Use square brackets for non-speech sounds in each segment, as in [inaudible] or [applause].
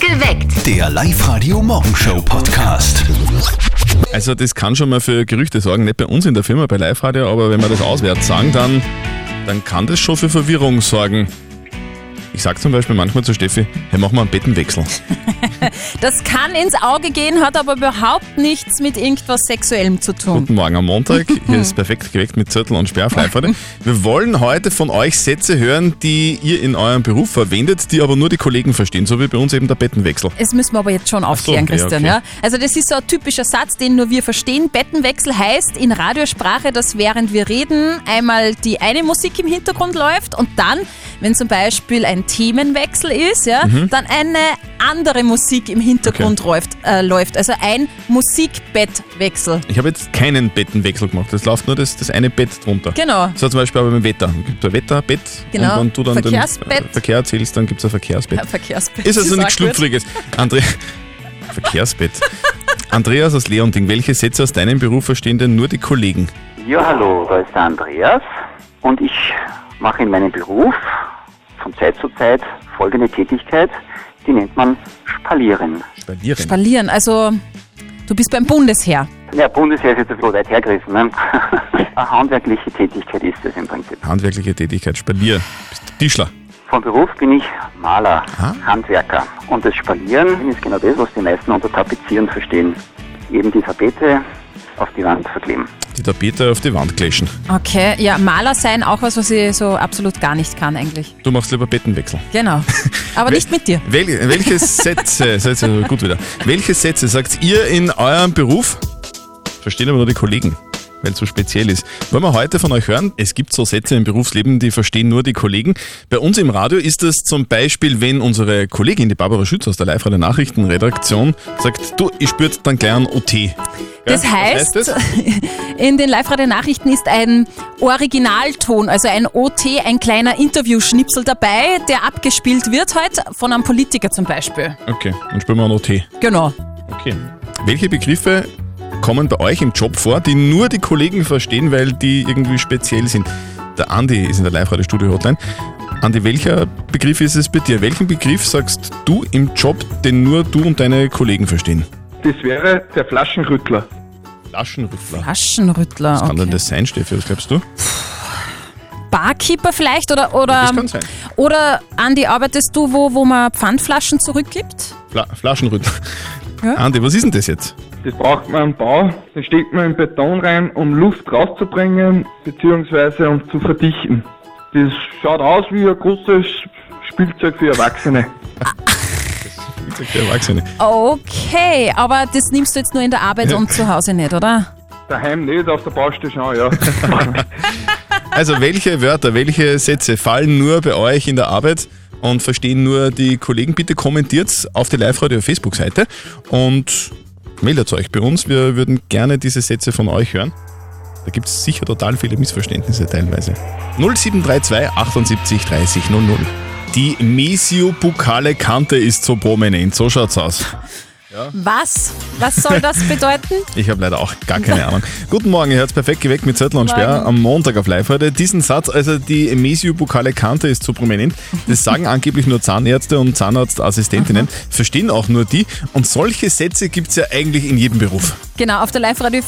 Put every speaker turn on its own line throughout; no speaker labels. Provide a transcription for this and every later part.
Geweckt.
Der Live-Radio-Morgenshow-Podcast.
Also das kann schon mal für Gerüchte sorgen, nicht bei uns in der Firma, bei Live-Radio, aber wenn wir das auswärts sagen, dann, dann kann das schon für Verwirrung sorgen. Ich sag zum Beispiel manchmal zu Steffi, hey, mach mal einen Bettenwechsel.
Das kann ins Auge gehen, hat aber überhaupt nichts mit irgendwas Sexuellem zu tun.
Guten Morgen am Montag, hier ist perfekt geweckt mit Zettel und Sperrfleiferde. Wir wollen heute von euch Sätze hören, die ihr in eurem Beruf verwendet, die aber nur die Kollegen verstehen, so wie bei uns eben der Bettenwechsel.
Das müssen wir aber jetzt schon aufklären,
okay,
Christian.
okay.
Ja? Also das ist so ein typischer Satz, den nur wir verstehen. Bettenwechsel heißt in Radiosprache, dass während wir reden einmal die eine Musik im Hintergrund läuft und dann, wenn zum Beispiel ein Themenwechsel ist, ja,
Mhm.
dann eine andere Musik im Hintergrund läuft, äh, läuft. Also ein Musikbettwechsel.
Ich habe jetzt keinen Bettenwechsel gemacht, es läuft nur das, das eine Bett drunter.
Genau.
So zum Beispiel aber mit dem Wetter. Gibt ein Wetterbett und
Genau.
wenn du dann
Verkehrsbett.
den äh, Verkehr erzählst, dann gibt es ein Verkehrsbett.
Ein Verkehrsbett.
Ist also
gesagt
nichts
wird.
Schlüpfriges. Andre [laughs] Verkehrsbett. Andreas aus Leonding, welche Sätze aus deinem Beruf verstehen denn nur die Kollegen?
Ja, hallo, da ist der Andreas und ich mache in meinem Beruf von Zeit zu Zeit folgende Tätigkeit, die nennt man Spalieren.
Spalieren.
Verlieren. Also du bist beim Bundesheer.
Ja, Bundesheer ist jetzt ein bisschen weit hergerissen. Ne? Eine handwerkliche Tätigkeit ist es im Prinzip.
Handwerkliche Tätigkeit, Spalier. Bist du Tischler.
Von Beruf bin ich Maler,
Ah.
Handwerker. Und das Spalieren ist genau das, was die meisten unter Tapezieren verstehen. Eben die Tapete auf die Wand verkleben.
Die Tapete auf die Wand klatschen.
Okay, ja, Maler sein auch was, was ich so absolut gar nicht kann eigentlich.
Du machst lieber Bettenwechsel. [laughs]
Genau. Aber nicht mit dir.
Wel welche
[laughs]
Sätze, Sätze, gut wieder. Welche Sätze sagt ihr in eurem Beruf? Verstehen aber nur die Kollegen, weil es so speziell ist. Wollen wir heute von euch hören? Es gibt so Sätze im Berufsleben, die verstehen nur die Kollegen. Bei uns im Radio ist das zum Beispiel, wenn unsere Kollegin, die Barbara Schütz aus der live radio Nachrichtenredaktion, sagt, du, ich spürt dann gleich einen OT. Gell?
Das
Was
heißt,
das?
in den Live-Radio-Nachrichten ist ein Originalton, also ein OT, ein kleiner Interview-Schnipsel dabei, der abgespielt wird heute von einem Politiker zum Beispiel.
Okay, dann spüren wir einen OT.
Genau.
Okay. Welche Begriffe kommen bei euch im Job vor, die nur die Kollegen verstehen, weil die irgendwie speziell sind? Der Andi ist in der Live-Radio-Studio-Hotline. Andi, welcher Begriff ist es bei dir? Welchen Begriff sagst du im Job, den nur du und deine Kollegen verstehen?
Das wäre der Flaschenrüttler.
Flaschenrüffler.
Aschenrüttler.
Was kann denn
Okay.
das sein, Steffi? Was glaubst du?
Barkeeper vielleicht oder oder
Das kann sein.
oder Andi, arbeitest du wo, wo man Pfandflaschen zurückgibt?
Fla Flaschenrüffler.
Ja.
Andi, was ist denn das jetzt?
Das braucht man am Bau. Das steckt man in Beton rein, um Luft rauszubringen bzw. um zu verdichten. Das schaut aus wie ein großes Spielzeug für Erwachsene.
Ich sag, der Erwachsene.
Okay, aber das nimmst du jetzt nur in der Arbeit und zu Hause nicht, oder?
Daheim nicht, auf der Baustelle schon, ja.
Also, welche Wörter, welche Sätze fallen nur bei euch in der Arbeit und verstehen nur die Kollegen? Bitte kommentiert auf die Live-Radio-Facebook-Seite und meldet euch bei uns. Wir würden gerne diese Sätze von euch hören. Da gibt es sicher total viele Missverständnisse teilweise. 0732 78 30 00. Die mesiobukale Kante ist so prominent. So schaut's aus.
Was? Was soll das bedeuten?
Ich habe leider auch gar keine [laughs] Ahnung. Guten Morgen, ihr hört's perfekt geweckt mit Zettel und Sperr am Montag auf live heute. Diesen Satz, also die mesiobukale Kante ist so prominent, das sagen [laughs] angeblich nur Zahnärzte und Zahnarztassistentinnen, verstehen auch nur die. Und solche Sätze gibt's ja eigentlich in jedem Beruf.
Genau, auf der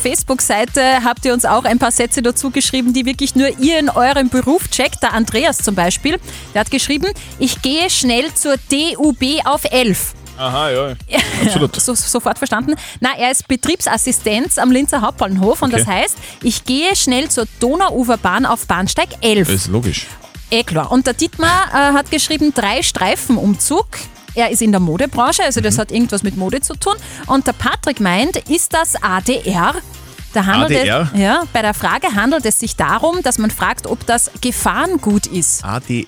Live-Radio-Facebook-Seite habt ihr uns auch ein paar Sätze dazu geschrieben, die wirklich nur ihr in eurem Beruf checkt. Der Andreas zum Beispiel, der hat geschrieben, ich gehe schnell zur DUB auf 11.
Aha, ja. [laughs] Absolut.
So, sofort verstanden. Na, er ist Betriebsassistenz am Linzer Hauptbahnhof und
Okay.
das heißt, ich gehe schnell zur Donauuferbahn auf Bahnsteig 11.
Ist logisch.
Eh klar. Und der Dietmar äh, hat geschrieben, drei Streifenumzug. Er ist in der Modebranche, also das hat irgendwas mit Mode zu tun. Und der Patrick meint, ist das ADR? Da handelt
ADR?
Es, ja, bei der Frage handelt es sich darum, dass man fragt, ob das Gefahrengut ist.
ADR.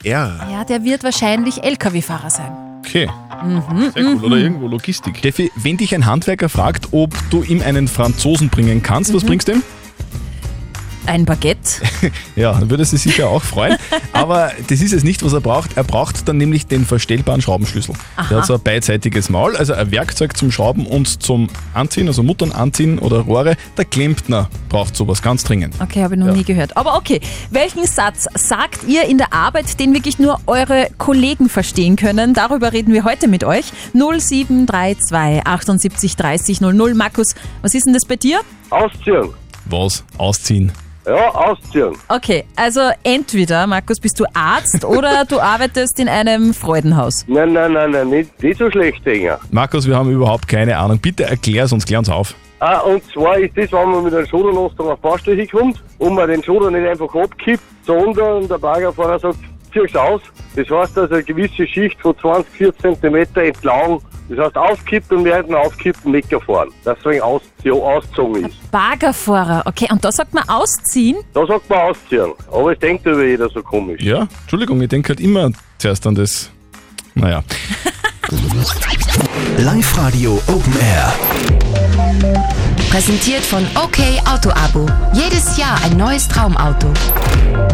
Ja, der wird wahrscheinlich Lkw-Fahrer sein.
Okay. Sehr cool. Oder irgendwo Logistik. Mhm, Steffi, wenn Mhm. dich ein Handwerker fragt, ob du ihm einen Franzosen bringen kannst, was bringst du ihm?
ein Baguette.
Ja, dann würde sie sicher auch freuen. Aber das ist es nicht, was er braucht. Er braucht dann nämlich den verstellbaren Schraubenschlüssel. Der hat so ein beidseitiges Maul, also ein Werkzeug zum Schrauben und zum Anziehen, also Muttern anziehen oder Rohre. Der Klempner braucht sowas ganz dringend.
Okay, habe ich noch
Ja.
nie gehört. Aber okay, welchen Satz sagt ihr in der Arbeit, den wirklich nur eure Kollegen verstehen können? Darüber reden wir heute mit euch. 0732 78 30 00. Markus, was ist denn das bei dir?
Ausziehen.
Was? Ausziehen.
Ja, ausziehen.
Okay, also entweder, Markus, bist du Arzt oder du arbeitest in einem Freudenhaus.
Nein, nein, nein, nein, nicht, nicht so schlecht, Dinger.
Markus, wir haben überhaupt keine Ahnung. Bitte erklär's uns, klär uns auf.
Ah, und zwar ist das, wenn man mit einem Schoderlos dann auf Baustelle kommt und man den Schoder nicht einfach abkippt, sondern der Baggerfahrer sagt, zieh's aus. Das heißt, dass eine gewisse Schicht von 20, 4 cm entlang, das heißt aufkippt und während dem Aufkippen weggefahren. Deswegen aus, ja, ausgezogen ist.
Baggerfahrer, okay, und da sagt man ausziehen?
Da sagt man ausziehen. Aber es denkt über jeder so komisch.
Ja, Entschuldigung, ich denke halt immer zuerst an das. Naja.
Live-Radio Open Air.
Präsentiert von OK Auto Abo. Jedes Jahr ein neues Traumauto.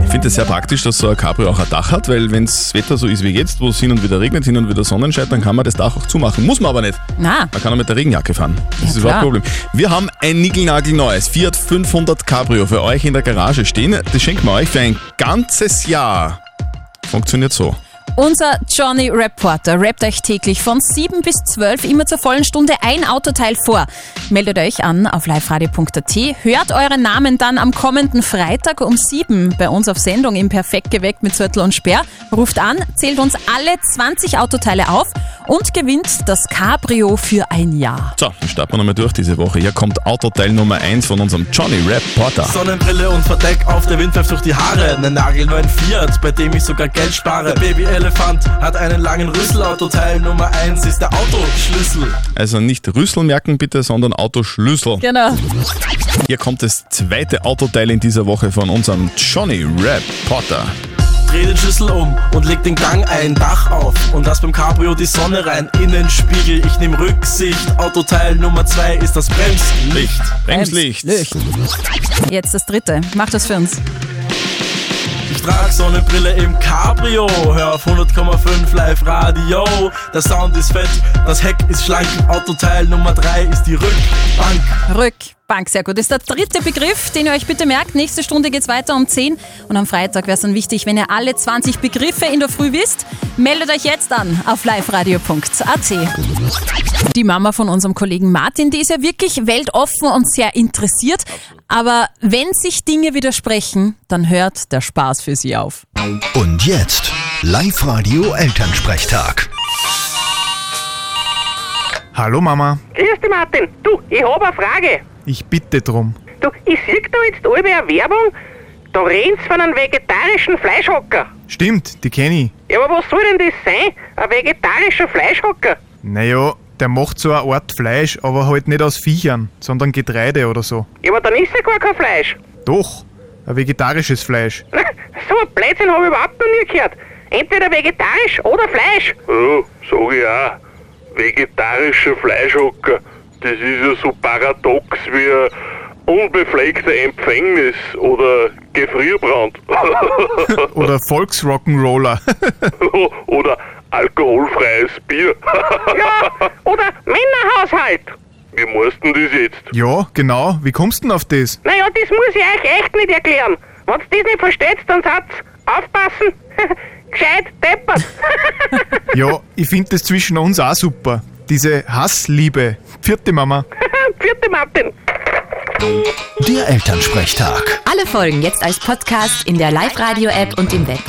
Ich finde es sehr praktisch, dass so ein Cabrio auch ein Dach hat, weil wenn das Wetter so ist wie jetzt, wo es hin und wieder regnet, hin und wieder Sonnen scheint, dann kann man das Dach auch zumachen. Muss man aber nicht.
Na,
Man kann auch mit der Regenjacke fahren. Das ist überhaupt
klar.
kein Problem. Wir haben ein nickelnagelneues Fiat 500 Cabrio für euch in der Garage stehen. Das schenken wir euch für ein ganzes Jahr. Funktioniert so.
unser Johnny Reporter rappt euch täglich von 7 bis 12 immer zur vollen Stunde ein Autoteil vor. Meldet euch an auf liveradio.at, hört euren Namen dann am kommenden Freitag um 7 bei uns auf Sendung im Perfekt geweckt mit Zürtel und Speer, ruft an, zählt uns alle 20 Autoteile auf und gewinnt das Cabrio für ein Jahr.
So, dann starten wir nochmal durch diese Woche. Hier kommt Autoteil Nummer 1 von unserem Johnny Rap Porter.
Sonnenbrille und Verdeck auf, der Wind pfeift durch die Haare. Nen nagelneuen Fiat, bei dem ich sogar Geld spare. Der Baby-Elefant hat einen langen Rüssel. Autoteil Nummer 1 ist der Autoschlüssel.
Also nicht Rüssel merken bitte, sondern Autoschlüssel.
Genau.
Hier kommt das zweite Autoteil in dieser Woche von unserem Johnny Rap Porter.
Dreh den Schlüssel um und leg den Gang ein, Dach auf und lass beim Cabrio die Sonne rein. Innenspiegel, ich nehm Rücksicht. Autoteil Nummer 2 ist das Bremslicht.
Bremslicht.
Jetzt das dritte. Mach das für uns.
Ich trag Sonnenbrille im Cabrio, hör auf 100,5 Live Radio. Der Sound ist fett, das Heck ist schlank. Autoteil Nummer 3 ist die Rückbank.
Rückbank, sehr gut. Das ist der dritte Begriff, den ihr euch bitte merkt. Nächste Stunde geht's weiter um 10. Und am Freitag wäre es dann wichtig, wenn ihr alle 20 Begriffe in der Früh wisst. Meldet euch jetzt an auf liveradio.at. Die Mama von unserem Kollegen Martin, die ist ja wirklich weltoffen und sehr interessiert. Aber wenn sich Dinge widersprechen, dann hört der Spaß für sie auf.
Und jetzt Live-Radio Elternsprechtag.
Hallo Mama,
Grüß dich, Martin. Du, ich habe eine Frage.
ich bitte drum.
Du, ich sehe da jetzt alle eine Werbung, da reden sie von einem vegetarischen Fleischhocker.
Stimmt, die kenne ich.
Ja, aber was soll denn das sein? Ein vegetarischer Fleischhocker?
Naja, der macht so eine Art Fleisch, aber halt nicht aus Viechern, sondern Getreide oder so.
Ja, aber dann ist ja gar kein Fleisch.
[laughs] Doch, ein vegetarisches Fleisch.
Na, so ein Blödsinn habe ich überhaupt noch nie gehört. Entweder vegetarisch oder Fleisch.
Ja, sag ich auch. Vegetarischer Fleischhocker, das ist ja so paradox wie ein unbepflegter Empfängnis oder Gefrierbrand [laughs]
Oder Volksrock'n'Roller.
oder alkoholfreies Bier. [laughs]
Ja, oder Männerhaushalt.
Wie meinst denn das jetzt?
ja, genau, wie kommst du denn auf das?
Naja, das muss ich euch echt nicht erklären. Wenn ihr das nicht versteht, dann seid's aufpassen. [laughs] Gescheit deppert. [laughs]
Ja, ich finde das zwischen uns auch super. Diese Hassliebe. Vierte Mama.
Vierte Martin.
Der Elternsprechtag.
Alle Folgen jetzt als Podcast in der Live-Radio-App und im Web.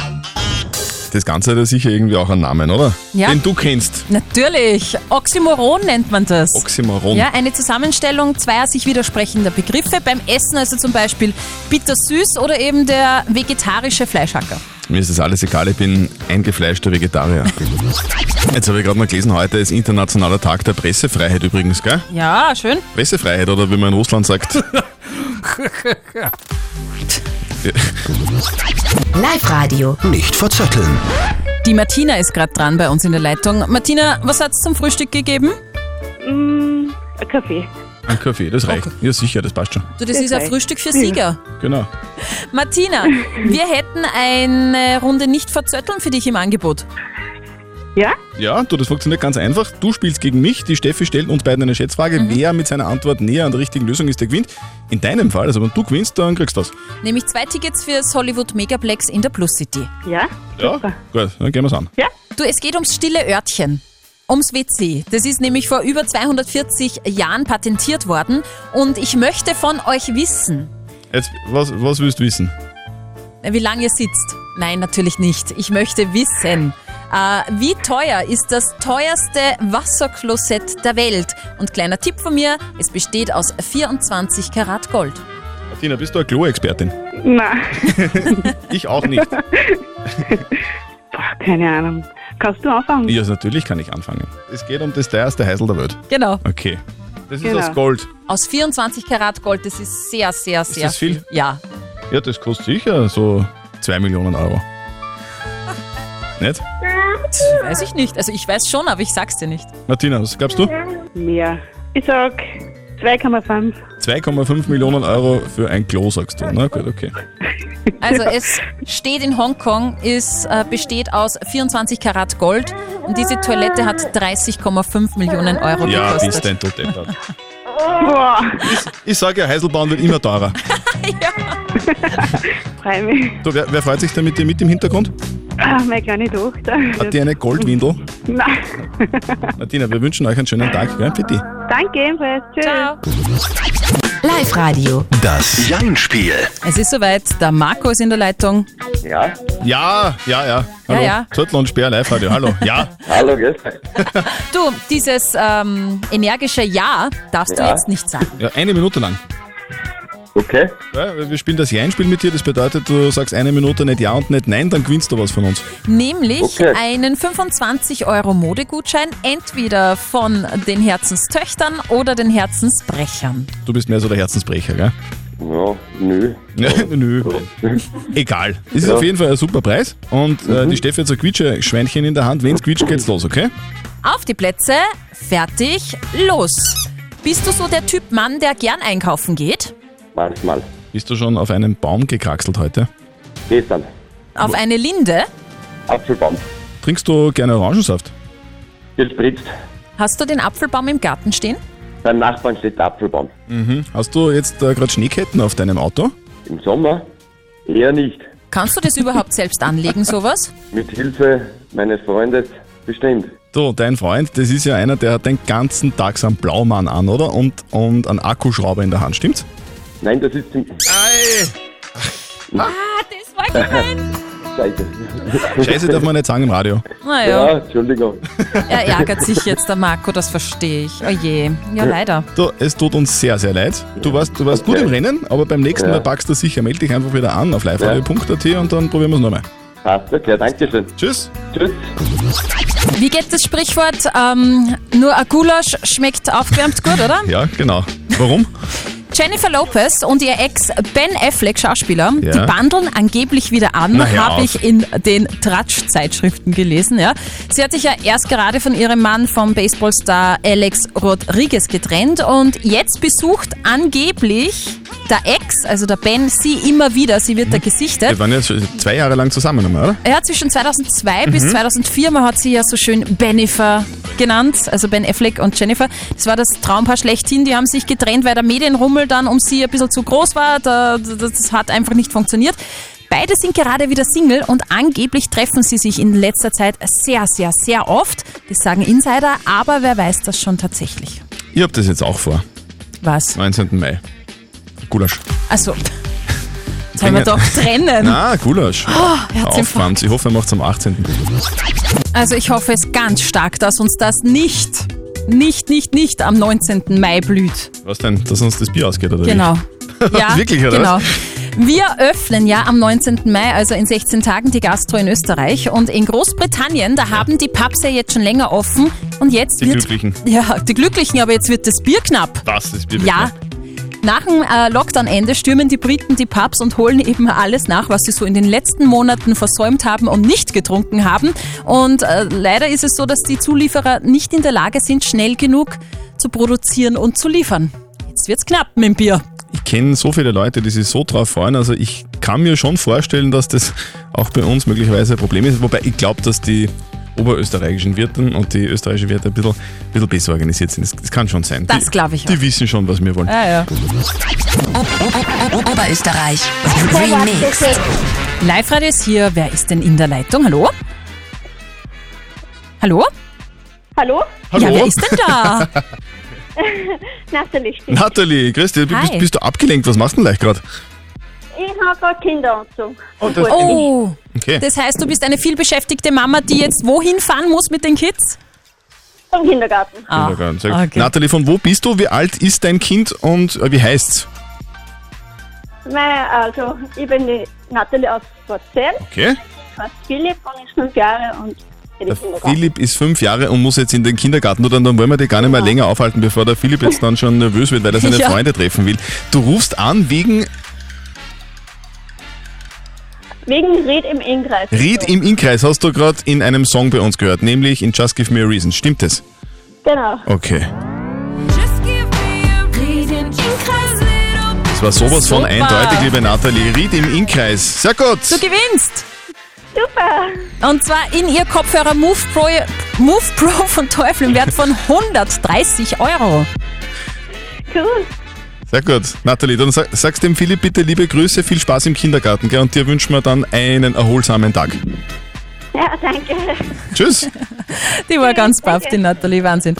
Das Ganze hat ja sicher irgendwie auch einen Namen, oder?
Ja.
Den du kennst.
Natürlich. Oxymoron nennt man das.
Oxymoron.
Ja, eine Zusammenstellung zweier sich widersprechender Begriffe beim Essen, also zum Beispiel bittersüß oder eben der vegetarische Fleischhacker.
Mir ist das alles egal, ich bin eingefleischter
[laughs]
Vegetarier. Jetzt habe ich gerade mal gelesen, heute ist internationaler Tag der Pressefreiheit übrigens, gell?
Ja, schön.
Pressefreiheit, oder wie man in Russland sagt.
[laughs]
Live-Radio.
Nicht verzetteln.
Die Martina ist gerade dran bei uns in der Leitung. Martina, was hat's zum Frühstück gegeben?
Ein Kaffee.
Ein Kaffee, das reicht. Ja, sicher, das passt schon.
Du, das ist ein Frühstück für Sieger.
Genau.
Martina, wir hätten eine Runde nicht verzötteln für dich im Angebot.
Ja?
Ja, du, das funktioniert ganz einfach. Du spielst gegen mich, die Steffi stellt uns beiden eine Schätzfrage. Wer mit seiner Antwort näher an der richtigen Lösung ist, der gewinnt. In deinem Fall, also wenn du gewinnst, dann kriegst du das.
Nämlich zwei Tickets fürs Hollywood Megaplex in der Plus City.
Ja?
Ja, gut, dann gehen wir's an.
Du, es geht ums stille Örtchen. Ums WC. Das ist nämlich vor über 240 Jahren patentiert worden. Und ich möchte von euch wissen,
Jetzt, was, was willst du wissen?
wie lange ihr sitzt. Nein, natürlich nicht. Ich möchte wissen, äh, wie teuer ist das teuerste Wasserklosett der Welt? Und kleiner Tipp von mir, es besteht aus 24 Karat Gold.
Martina, bist du eine Klo-Expertin?
Nein,
Ich auch nicht.
keine Ahnung. Kannst du anfangen?
ja, natürlich kann ich anfangen. Es geht um das teuerste Heisel der Welt.
Genau.
Okay. Das ist
Genau.
aus Gold.
Aus 24 Karat Gold, das ist sehr, sehr, sehr
das viel?
Ja.
Ja, das kostet sicher so 2 Millionen Euro. Nicht?
Weiß ich nicht. Also ich weiß schon, aber ich sag's dir nicht.
Martina, was glaubst du?
Mehr. Ich sag 2,5.
2,5 Millionen Euro für ein Klo, sagst du. Na gut, okay.
Also es steht in Hongkong, es äh, besteht aus 24 Karat Gold und diese Toilette hat 30,5 Millionen Euro
Ja, bist
gekostet.
ein Totempack.
Boah,
Ich sage ja, Heiselbauen wird immer teurer.
[laughs]
freu mich.
Du, wer, wer freut sich denn mit dir mit im Hintergrund?
Ah, meine kleine Tochter.
Hat die eine Goldwindel?
Nein.
Martina, wir wünschen euch einen schönen Tag. Gell? Für die.
Danke ebenfalls. Tschüss.
Ciao.
Live-Radio.
Das Jein-Spiel.
Es ist soweit, der Marco ist in der Leitung.
Ja,
Ja, ja, ja. Hallo.
ja.
Zürtel und Speer live heute. Hallo. Ja.
hallo, grüß euch.
Du, dieses ähm, energische Ja darfst du
Ja.
jetzt nicht sagen.
ja. Eine Minute lang.
Okay,
Ja, wir spielen das Jein-Spiel mit dir. Das bedeutet, du sagst eine Minute nicht Ja und nicht Nein, dann gewinnst du was von uns.
Nämlich
Okay.
einen 25 Euro Modegutschein, entweder von den Herzenstöchtern oder den Herzensbrechern.
Du bist mehr so der Herzensbrecher, gell?
ja, nö.
Nö. [laughs] Egal. Es ist auf jeden Fall ein super Preis. Und
Mhm.
äh, die Steffi hat so ein Quietsche-Schweinchen in der Hand. Wenn's quietscht, geht's los, okay?
Auf die Plätze, fertig, los. Bist du so der Typ Mann, der gern einkaufen geht?
Manchmal.
Bist du schon auf einen Baum gekraxelt heute?
Gestern.
Auf eine Linde?
Apfelbaum.
Trinkst du gerne Orangensaft?
Gespritzt.
Hast du den Apfelbaum im Garten stehen?
Beim Nachbarn steht der Apfelbaum.
Hast du jetzt äh, gerade Schneeketten auf deinem Auto?
Im Sommer eher nicht.
Kannst du das überhaupt selbst anlegen, sowas?
Mit Hilfe meines Freundes bestimmt.
Du, dein Freund, das ist ja einer, der hat den ganzen Tag seinen Blaumann an, oder? Und, und einen Akkuschrauber in der Hand, stimmt's?
Nein, das ist zum
Ah, das war gemein. [laughs]
Scheiße.
Scheiße darf man nicht sagen im Radio.
Naja,
Ja, Entschuldigung.
er ärgert sich jetzt, der Marco, das verstehe ich. Oje, ja leider.
Du, es tut uns sehr, sehr leid. Du warst, du warst
Okay.
gut im Rennen, aber beim nächsten
Ja.
Mal packst du sicher. Meld dich einfach wieder an auf liveradio.at und dann probieren wir es nochmal.
Passt, okay, danke schön.
Tschüss.
Tschüss.
Wie geht das Sprichwort? Ähm, nur ein Gulasch schmeckt aufgewärmt gut, oder?
Ja, genau. Warum?
Jennifer Lopez und ihr Ex Ben Affleck, Schauspieler,
Ja.
die bandeln angeblich wieder an,
Na, hör
habe
auf.
ich in den Tratsch-Zeitschriften gelesen. Ja. Sie hat sich ja erst gerade von ihrem Mann, vom Baseballstar Alex Rodriguez getrennt und jetzt besucht angeblich der Ex, also der Ben, sie immer wieder. Sie wird da
Mhm.
gesichtet.
Wir waren jetzt zwei Jahre lang zusammen, einmal, oder?
Ja, zwischen 2002 bis 2004, man hat sie ja so schön Bennifer genannt, also Ben Affleck und Jennifer. Das war das Traumpaar schlechthin, die haben sich getrennt, weil der Medienrummel dann um sie ein bisschen zu groß war. Da, das, das hat einfach nicht funktioniert. Beide sind gerade wieder Single und angeblich treffen sie sich in letzter Zeit sehr, sehr, sehr oft. Das sagen Insider, aber wer weiß das schon tatsächlich?
Ich hab das jetzt auch vor.
Was?
19. Mai. Gulasch.
Also, sollen wir
Dinge-
doch
[laughs]
trennen.
Na, Gulasch.
Ah,
Auf,
Herzinfarkt.
Franz. Ich hoffe, er macht's am 18.
Also ich hoffe es ganz stark, dass uns das nicht, nicht, nicht, nicht am 19. Mai blüht.
Was denn? Dass uns das Bier ausgeht, oder? wie? [laughs]
Genau. Ja,
Wirklich, oder
Genau. Wir öffnen ja am 19. Mai, also in 16 Tagen, die Gastro in Österreich. Und in Großbritannien, da haben die Pubs ja jetzt schon länger offen. Und jetzt
Die
wird.
Glücklichen.
Ja, die Glücklichen, aber jetzt wird das Bier knapp.
Das ist Bier. ne?
Ja. Nach dem äh, Lockdown-Ende stürmen die Briten die Pubs und holen eben alles nach, was sie so in den letzten Monaten versäumt haben und nicht getrunken haben. Und äh, leider ist es so, dass die Zulieferer nicht in der Lage sind, schnell genug zu produzieren und zu liefern. Jetzt wird's knapp mit dem Bier.
Ich kenne so viele Leute, die sich so drauf freuen. Also ich kann mir schon vorstellen, dass das auch bei uns möglicherweise ein Problem ist. Wobei ich glaube, dass die oberösterreichischen Wirten und die österreichischen Wirte ein bisschen, ein bisschen besser organisiert sind. Das, das kann schon sein.
Das
Die-
glaub ich auch. Äh,
Die wissen schon, was wir wollen.
Ja, ja.
Oberösterreich. Remix.
Live-Radio ist hier. Wer ist denn in der Leitung? Hallo? Hallo?
Hallo?
Hallo?
Ja, wer ist denn da?
Nathalie, stimmt.
Nathalie, Christi, du bist,
Hi.
bist du abgelenkt? Was machst du denn gleich gerade?
Ich habe gerade Kinder und so.
das-
oh,
Okay.
das heißt, du bist eine vielbeschäftigte Mama, die jetzt wohin fahren muss mit den Kids? Ah.
Vom Kindergarten.
Kindergarten. Sehr gut. Nathalie, von wo bist du? Wie alt ist dein Kind und äh, wie heißt's?
Meine, also, ich bin die Nathalie aus Borzell.
Okay.
Ich heiße Philipp und ich bin fünf Jahre und bin
Äh,
Der
im Kindergarten.
Philipp ist fünf Jahre und muss jetzt in den Kindergarten, oder? Und dann wollen wir dich gar nicht mehr länger aufhalten, bevor der Philipp jetzt dann schon nervös wird, weil er
[laughs]
seine
Ja.
Freunde treffen will. Du rufst an wegen
Wegen Ried im Ingress.
Ried im Inkreis, hast du gerade in einem Song bei uns gehört, nämlich in Just Give Me a Reason. Stimmt das?
Genau.
Okay. Das war sowas von
Super.
eindeutig, liebe Nathalie. Ried im Inkreis. Sehr gut.
Du gewinnst!
Super!
Und zwar in ihr Kopfhörer Move Pro, Move Pro von Teufel im Wert von 130 Euro.
Cool.
Sehr gut. Nathalie, dann sag, sagst dem Philipp bitte liebe Grüße, viel Spaß im Kindergarten, gell? Und dir wünschen wir dann einen erholsamen Tag.
Ja, danke.
Tschüss.
Die war ganz baff, die Nathalie. Wahnsinn.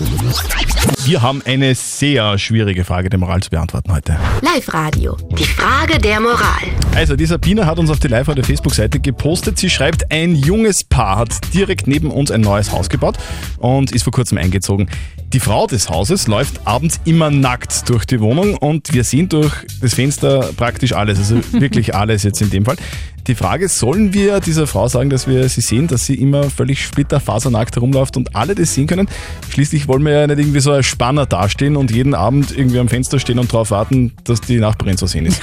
Wir haben eine sehr schwierige Frage der Moral zu beantworten heute.
Live-Radio. Die Frage der Moral.
Also, die Sabine hat uns auf die live der Facebook-Seite gepostet. Sie schreibt, ein junges Paar hat direkt neben uns ein neues Haus gebaut und ist vor kurzem eingezogen. Die Frau des Hauses läuft abends immer nackt durch die Wohnung und wir sehen durch das Fenster praktisch alles, also wirklich alles jetzt in dem Fall. Die Frage, sollen wir dieser Frau sagen, dass wir sie sehen, dass sie immer völlig splitterfasernackt herumläuft und alle das sehen können? Schließlich wollen wir ja nicht irgendwie so als Spanner dastehen und jeden Abend irgendwie am Fenster stehen und darauf warten, dass die Nachbarin zu sehen ist.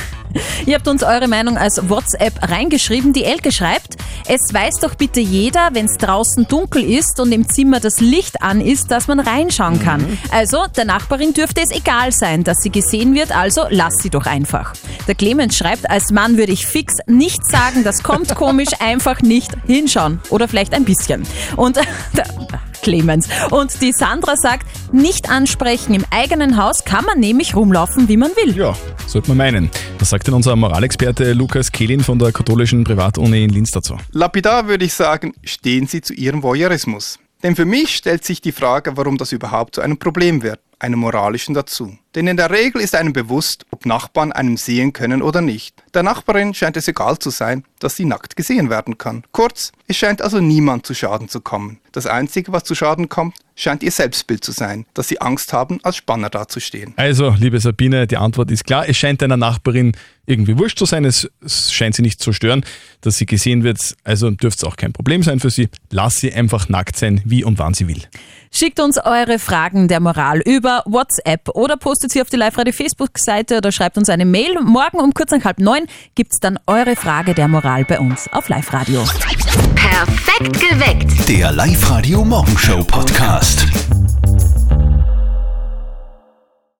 Ihr habt uns eure Meinung als WhatsApp reingeschrieben. Die Elke schreibt, es weiß doch bitte jeder, wenn es draußen dunkel ist und im Zimmer das Licht an ist, dass man reinschauen kann. Also der Nachbarin dürfte es egal sein, dass sie gesehen wird, also lass sie doch einfach. Der Clemens schreibt, als Mann würde ich fix nichts sagen, das kommt komisch, einfach nicht hinschauen. Oder vielleicht ein bisschen. Und [laughs] der- Clemens. Und die Sandra sagt, nicht ansprechen. Im eigenen Haus kann man nämlich rumlaufen, wie man will.
Ja. Sollte man meinen. Was sagt denn unser Moralexperte Lukas Kehlin von der katholischen Privatuni in Linz dazu?
Lapidar würde ich sagen, stehen Sie zu Ihrem Voyeurismus. Denn für mich stellt sich die Frage, warum das überhaupt zu einem Problem wird, einem moralischen dazu. Denn in der Regel ist einem bewusst, ob Nachbarn einem sehen können oder nicht. Der Nachbarin scheint es egal zu sein, dass sie nackt gesehen werden kann. Kurz, es scheint also niemand zu Schaden zu kommen. Das Einzige, was zu Schaden kommt, scheint ihr Selbstbild zu sein, dass sie Angst haben, als Spanner dazustehen.
Also, liebe Sabine, die Antwort ist klar. Es scheint deiner Nachbarin irgendwie wurscht zu sein. Es es scheint sie nicht zu stören, dass sie gesehen wird. Also dürfte es auch kein Problem sein für sie. Lass sie einfach nackt sein, wie und wann sie will.
Schickt uns eure Fragen der Moral über WhatsApp oder postet sie auf die Live-Radio Facebook-Seite oder schreibt uns eine Mail. Morgen um kurz nach halb neun gibt's dann eure Frage der Moral bei uns auf Live-Radio.
Perfekt geweckt.
Der Live-Radio Morgenshow Podcast.